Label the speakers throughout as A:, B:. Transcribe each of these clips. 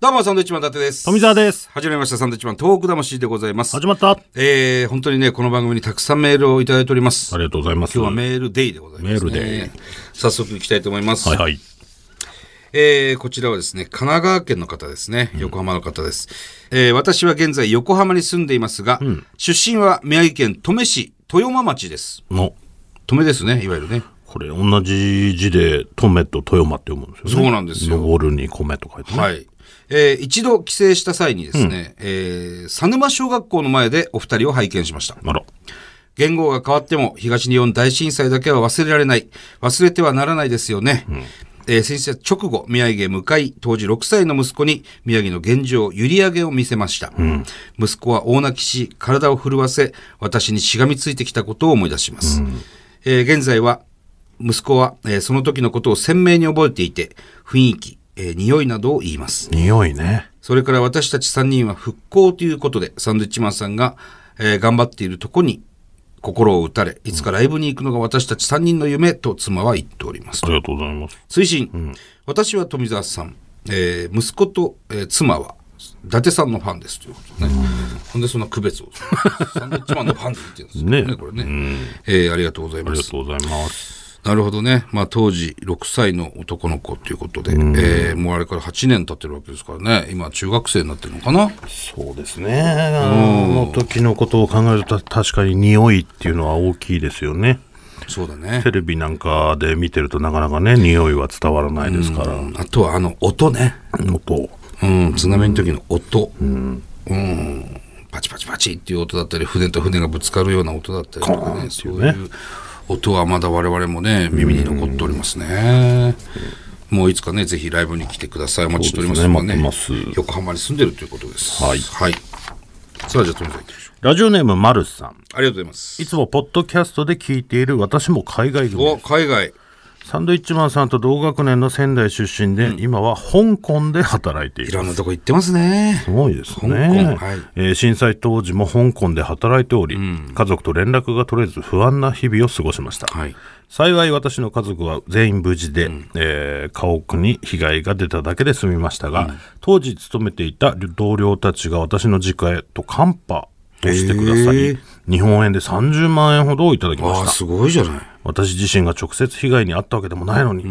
A: どうも、サンドイッチマン伊達です。
B: 富澤です。
A: 始まりました、サンドイッチマン、トーク魂でございます。
B: 始まった。あ
A: えー、本当にね、この番組にたくさんメールをいただいております。
B: りがとうございます。
A: 今日はメールデイでございます、ね。
B: メールデイ。
A: 早速いきたいと思います。
B: はいはい。
A: えーこちらはですね、神奈川県の方ですね。横浜の方です。えー私は現在横浜に住んでいますが、出身は宮城県登米市豊間町です。
B: の、
A: 登米ですね、いわゆるね。
B: これ同じ字で、トメと豊間って読むんですよね。
A: そうなんですよ
B: 登るに米と書いてね。
A: はい。えー一度帰省した際にですね、えー佐沼小学校の前でお二人を拝見しました。
B: あら。
A: 言語が変わっても東日本大震災だけは忘れられない。忘れてはならないですよね。えー先日直後、宮城へ向かい、当時6歳の息子に宮城の現状、閖上げを見せました。息子は大泣きし、体を震わせ、私にしがみついてきたことを思い出します。えー現在は、息子は、えーその時のことを鮮明に覚えていて、雰囲気、えー匂いなどを言います。
B: 匂いね。
A: それから私たち3人は復興ということで、サンドウィッチマンさんが、えー頑張っているとこに心を打たれ、いつかライブに行くのが私たち3人の夢と妻は言っております
B: あ。りがとうございます。
A: 推進、私は富澤さん、えー息子と、えー妻は、伊達さんのファンですということね。ほんでそんな区別を。 サンドウィッチマンのファンって言ってるんですよね、
B: ね
A: これね、えーありがとうござい
B: あ
A: ま
B: り
A: す
B: が。とうございます。
A: なるほどね。まあ当時6歳の男の子ということで、えーもうあれから8年経ってるわけですからね。今中学生になってるのかな
B: そうですね。あの時のことを考えると、確かに匂いっていうのは大きいですよね。
A: そうだね
B: テ。レビなんかで見てるとなかなかね、匂いは伝わらないですから。
A: あとはあの音ね。
B: 音。
A: うん、津波の時の音。うん。パチパチパチっていう音だったり、船と船がぶつかるような音だったりとかね、そういう音はまだ我々もね、耳に残っておりますね。もういつかね、ぜひライブに来てください。お待ちしております
B: そうですね
A: んで
B: 待ってます
A: 横浜に住んでるということです。
B: はい
A: はい。さあ、じゃあ、富澤行きましょう。
B: ラジオネーム、マルスさん。
A: ありがとうございます
B: い。つもポッドキャストで聞いている私も海外組
A: お、
B: です
A: 海外。
B: サンドイッチマンさんと同学年の仙台出身で、今は香港で働いてい
A: い
B: る。
A: ろんなとこ行ってますね。
B: すごいです
A: 香
B: ね、
A: 港はい
B: えー震災当時も香港で働いており、家族と連絡が取れず不安な日々を過ごしました。
A: はい。
B: 幸い私の家族は全員無事で、えー家屋に被害が出ただけで済みましたが、当時勤めていた同僚たちが私の実家へとカンパとしてくださ
A: へ
B: い
A: ー、
B: 日本円で30万円ほどをいただきまし
A: ああ、
B: た。
A: すごいじゃない。
B: 私自身が直接被害に遭ったわけでもないのに、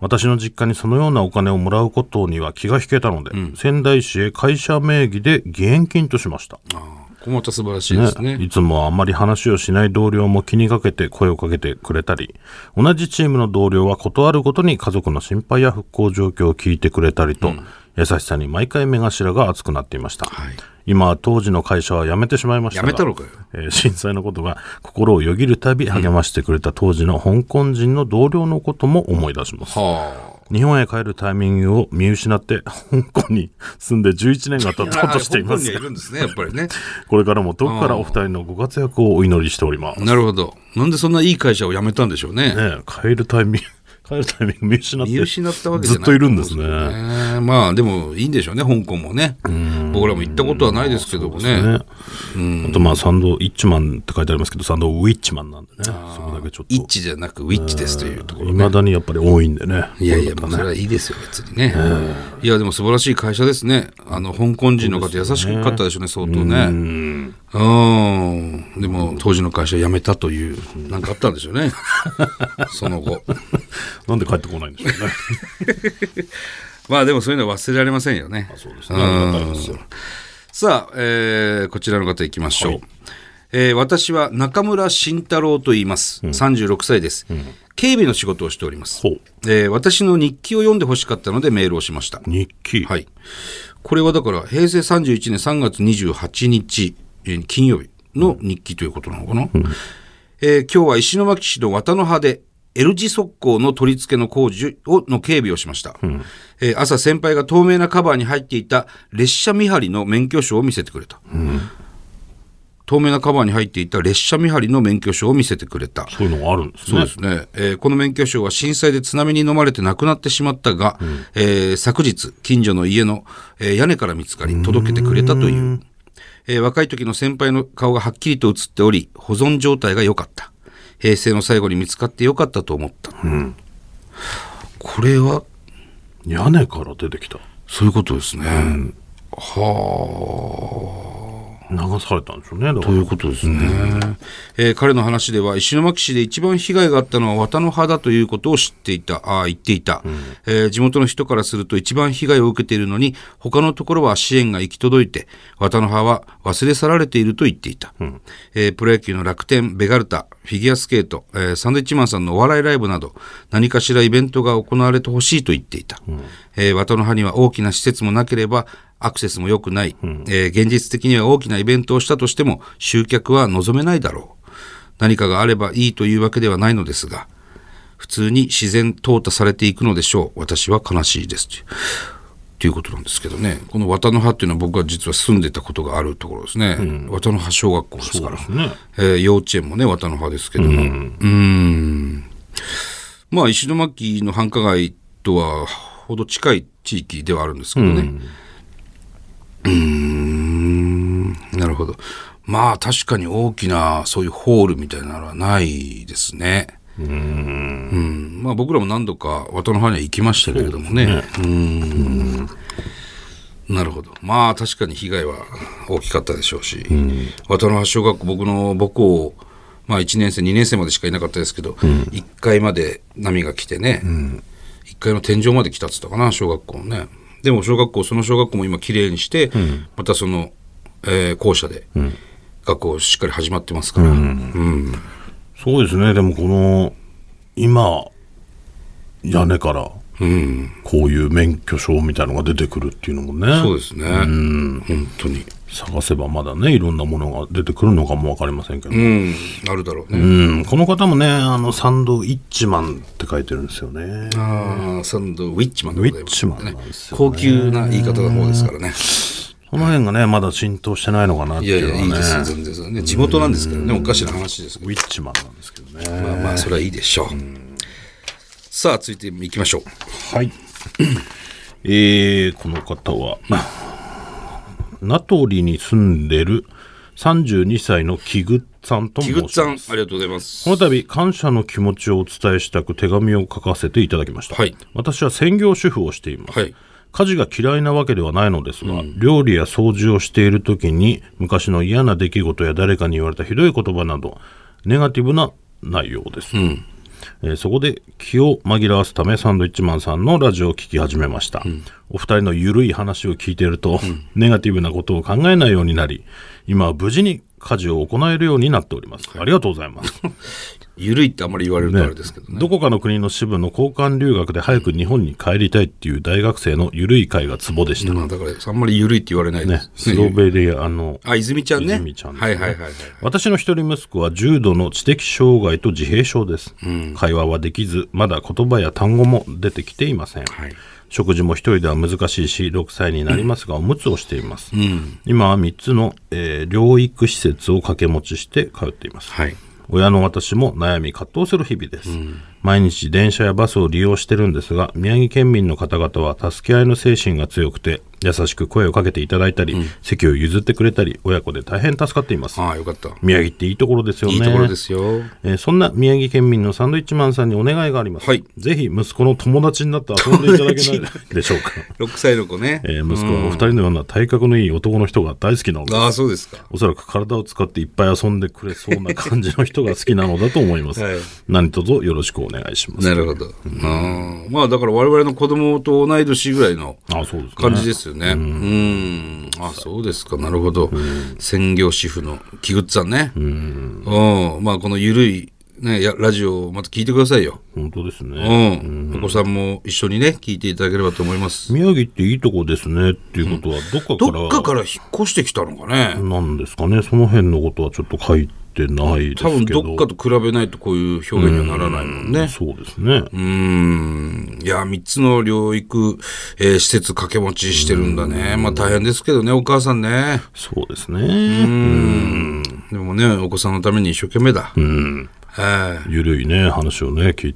B: 私の実家にそのようなお金をもらうことには気が引けたので、仙台市へ会社名義で義援金としました、
A: ああ、ここまた素晴らしいですね。
B: いつもはあまり話をしない同僚も気にかけて声をかけてくれたり同じチームの同僚は断ることに家族の心配や復興状況を聞いてくれたりと、優しさに毎回目頭が熱くなっていました、
A: はい
B: 今は当時の会社は辞めてしまいました
A: や
B: が
A: めたろかよ。
B: えー震災のことが心をよぎるたび励ましてくれた当時の香港人の同僚のことも思い出します。
A: は
B: 日本へ帰るタイミングを見失って、香港に住んで11年が経
A: あ。
B: とうとしていま
A: 香港には
B: す
A: い
B: が、
A: るんですね、やっぱりね。
B: これからも遠くからお二人のご活躍をお祈りしております。ね
A: なるほど。なんでそんないい会社を辞めたんでしょうね。
B: え帰るタイミング、 帰るタイミング見失って、
A: 見失ったわけじゃ
B: ず
A: な
B: っ
A: い。
B: といるんですね。
A: ねまあでもいいんでしょうね、香港もね。僕らも行ったことはないですけどもね。
B: ねあとまあサンドイッチマンって書いてありますけど、サンドウィッチマンなんでね、そこだけちょっ
A: イッ
B: と、
A: チじゃなくウィッチですというところ
B: いまだにやっぱり多いんでね。
A: いやいや、もうそれはいいですよ、別にね。いや、でも素晴らしい会社ですね。あの、香港人の方、優しかったでしょうね、相当ね。うん。でも、当時の会社辞めたという、なんかあったんでしょう ね。その後。
B: なんで帰ってこないんでしょうね。
A: まあでもそういうのは忘れられませんよね。
B: そうですね。ありがたいですよ
A: さあ、えーこちらの方行きましょう。えー私は中村慎太郎と言います。36歳です、警備の仕事をしております
B: ほ。う。
A: えー私の日記を読んでほしかったのでメールをしました。
B: 日記。
A: はい。これはだから、平成31年3月28日、えー金曜日の日記ということなのかな、えー今日は石巻市の綿野葉で、L 字側溝の取り付けの工事をの警備をしました、えー朝先輩が透明なカバーに入っていた列車見張りの免許証を見せてくれた、透明なカバーに入っていた列車見張りの免許証を見せてくれた
B: そういうのがあるんです
A: そう
B: ね
A: で。すね、えーこの免許証は震災で津波に飲まれて亡くなってしまったが、えー昨日、近所の家の、えー屋根から見つかり、届けてくれたという、えー若い時の先輩の顔がはっきりと写っており、保存状態が良かった、平成の最後に見つかって良かったと思った、これは
B: 屋根から出てきた。
A: そういうことですね。はあ。
B: 流されたんでしょうねだか
A: と
B: ら
A: いうことですね、えー彼の話では石巻市で一番被害があったのは綿の葉だということを知っていたあー言っていた、えー地元の人からすると一番被害を受けているのに他のところは支援が行き届いて綿の葉は忘れ去られていると言っていた、えープロ野球の楽天ベガルタフィギュアスケート、えーサンドイッチマンさんのお笑いライブなど何かしらイベントが行われてほしいと言っていた、えー綿の葉には大きな施設もなければアクセスも良くない、えー現実的には大きなイベントをしたとしても集客は望めないだろう何かがあればいいというわけではないのですが普通に自然淘汰されていくのでしょう私は悲しいですというということなんですけどねこの綿の葉っていうのは僕は実は住んでたことがあるところですね、綿の葉小学校ですから
B: ね
A: えー幼稚園もね綿の葉ですけどもうーんまあ石巻の繁華街とはほど近い地域ではあるんですけどねうーんなるほどまあ確かに大きなそういうホールみたいなのはないですねうんまあ僕らも何度か綿の葉には行きましたけれどもねなるほど。まあ確かに被害は大きかったでしょうし、渡野橋小学校、僕の母校、まあ1年生、2年生までしかいなかったですけど、1階まで波が来てね、1階の天井まで来たって言ったかな、小学校のね。でも小学校、その小学校も今きれいにして、またその、えー校舎で、学校しっかり始まってますから、うん
B: すごいですねでもこの今屋根から
A: うん
B: こういう免許証みたいのが出てくるっていうのもね
A: そうですね。本当に。
B: 探せばまだねいろんなものが出てくるのかも分かりませんけど、う
A: うんん、あるだろうね。
B: この方もねあのサンドイッチマンって書いてるんですよね
A: ああ、サンドウィッチマンでございます、
B: ウィッチマンなんですよね
A: 高級な言い方の方ですからね。
B: この辺がねまだ浸透してないのかなって
A: いや
B: い
A: いう
B: のは
A: や、
B: ね
A: いいですよ、全然ですね。地元なんですからね、おかしな話ですけど。
B: ウィッチマンなんですけどね
A: まあまあ、それはいいでしょう。さあ、続いていきましょう。
B: はい。えー、この方は、名取に住んでる32歳の木ぐっさんと申
A: キ
B: し
A: グッ
B: ま
A: ツさん、あ
B: す。
A: りがとうございます
B: こ。の度、感謝の気持ちをお伝えしたく手紙を書かせていただきました。
A: はい
B: 私は専業主婦をしています。
A: はい
B: 家事が嫌いなわけではないのですが、料理や掃除をしている時に昔の嫌な出来事や誰かに言われたひどい言葉などネガティブな内容です、えーそこで気を紛らわすためサンドイッチマンさんのラジオを聞き始めました、お二人のゆるい話を聞いていると、ネガティブなことを考えないようになり今は無事に家事を行えるようになっております、ありがとうござい ます
A: ゆるいってあんまり言われるとあれですけどね。
B: どこかの国の支部の交換留学で早く日本に帰りたいっていう大学生のゆるい会がツボでした、
A: まあ、だから、あんまりゆるいって言われないで
B: ね、
A: す
B: スロ
A: ね。
B: ベリアの
A: あ、泉ちゃんね。
B: 泉ちゃんです
A: は
B: ね
A: いはいはいはい。
B: 私の一人息子は重度の知的障害と自閉症です、会話はできずまだ言葉や単語も出てきていません、
A: はい
B: 食事も一人では難しいし6歳になりますがおむつをしています、今は3つの、えー療育施設を掛け持ちして通っています、
A: はい。
B: 親の私も悩み葛藤する日々です、毎日電車やバスを利用してるんですが宮城県民の方々は助け合いの精神が強くて優しく声をかけていただいたり、席を譲ってくれたり親子で大変助かっています
A: ああ、よかった。
B: 宮城っていいところですよね
A: いいところですよ。
B: えーそんな宮城県民のサンドイッチマンさんにお願いがあります、
A: はい
B: ぜひ息子の友達になって遊んでいただけないでしょう か、
A: 6歳の子ね。
B: えー息子はお二人のような体格のいい男の人が大好きなので
A: ああ、そうですか。
B: おそらく体を使っていっぱい遊んでくれそうな感じの人が好きなのだと思います。
A: はい
B: 何卒よろしくお願いします。
A: なるほど。うんまあ、だから我々の子供と同い年ぐらいの。
B: あ、そうですか、
A: 感じ
B: ね。
A: ですよね。うん。あ、そうですか。なるほど。専業主婦の木口さんね。うん。まあ、このゆるい、ね、やラジオをまた聞いてくださいよ。
B: 本当です
A: う
B: ね。
A: ん。お子さんも一緒にね、聞いていただければと思います。
B: 宮城っていいとこですねっていうことは、どっかから、
A: どっかから引っ越してきたのかね。
B: なんですかね。その辺のことはちょっと書いてないで
A: 多
B: す
A: 分
B: けど。
A: どっかと比べないとこういう表現にはならないもんね。
B: そうですね。
A: うん。いや、3つの療育、えー施設掛け持ちしてるんだね。まあ大変ですけどね、お母さんね。
B: そうですね。
A: でもね、お子さんのために一生懸命だ。うん。ええ
B: ゆるいね、話をね、聞い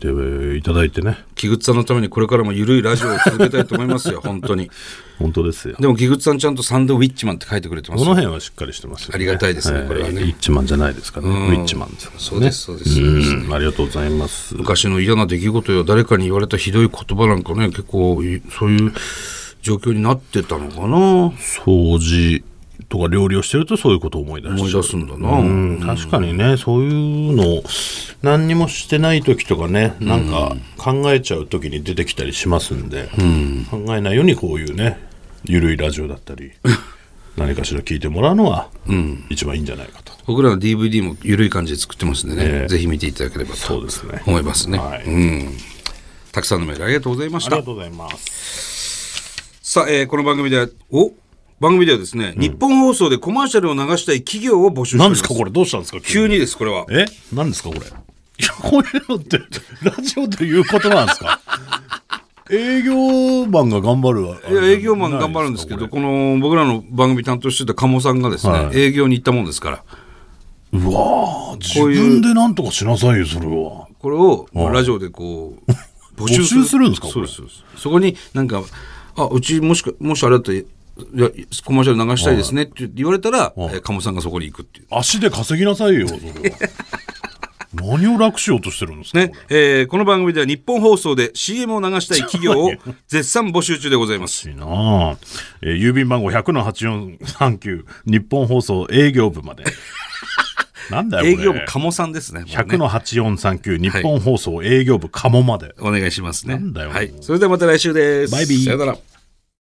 B: ていただいてね。
A: 木口さんのためにこれからもゆるいラジオを続けたいと思います よ、本当に。
B: 本当ですよ。
A: でも木口さんちゃんとサンドウィッチマンって書いてくれてます
B: こ
A: よ
B: の辺はしっかりしてますよ、ね。
A: ありがたいですねこれはね
B: イッチマンじゃないですかね。ウィッチマンですからね。
A: そうです、そうです。
B: うん、ありがとうございます。
A: 昔の嫌な出来事や誰かに言われたひどい言葉なんかね、結構い、そういう状況になってたのかな
B: 掃除とか料理をしてるとそういうことを思い出し
A: 思い
B: ちゃう
A: 出すんだな、
B: うん、確かにね、そういうのを何にもしてない時とかね、なんか考えちゃう時に出てきたりしますんで、考えないようにこういうね、ゆるいラジオだったり、何かしら聞いてもらうのが一番いいんじゃないかと。
A: 僕らの DVD も緩い感じで作ってますんでね、
B: ええ
A: ぜひ見ていただければ
B: そう
A: と
B: ですね。
A: 思いますね、
B: はい
A: うん、たくさんのメールありがとうございま
B: あ
A: し
B: り
A: た
B: がとうございます。
A: さあ、えーこの番組ではお番組ではですね、日本放送でコマーシャルを流したい企業を募集しておりま
B: 何です
A: す
B: かこれどうしたんですか
A: 急にですこれは
B: え何ですかこれ。いや、こういうのって、ラジオで言うことなんですか営業マンが頑張るあ
A: い
B: れじゃ
A: や
B: ない。
A: 営業マン頑張るんですけ
B: これ
A: ど、この僕らの番組担当してた鴨さんがですね、
B: はい
A: 営業に行ったもんですから、
B: うわー自
A: こういう
B: 分で何とかしなさいよ、それは。
A: これをまあラジオでこう、募
B: 募集するんですか
A: そうです。そうですそこになんか、あ、うちもしか、もしあれだったら、いやコマーシャル流したいですねって言われたら、えー鴨さんがそこに行くっていう。
B: 足で稼ぎなさいよ、それは。何を楽しようとしてるんですか、
A: ね
B: これ、
A: えーこの番組では日本放送で CM を流したい企業を絶賛募集中でございます。
B: いいなあえー郵便番号100-8439、日本放送営業部 まで。なんだよ、
A: 営
B: これ。
A: 業部鴨さんですね。もうね
B: 100-8439、日本放送営業部かもまで。
A: お願いしますね。
B: なんだよ
A: はい。それではまた来週です。
B: バイビー
A: さよなら。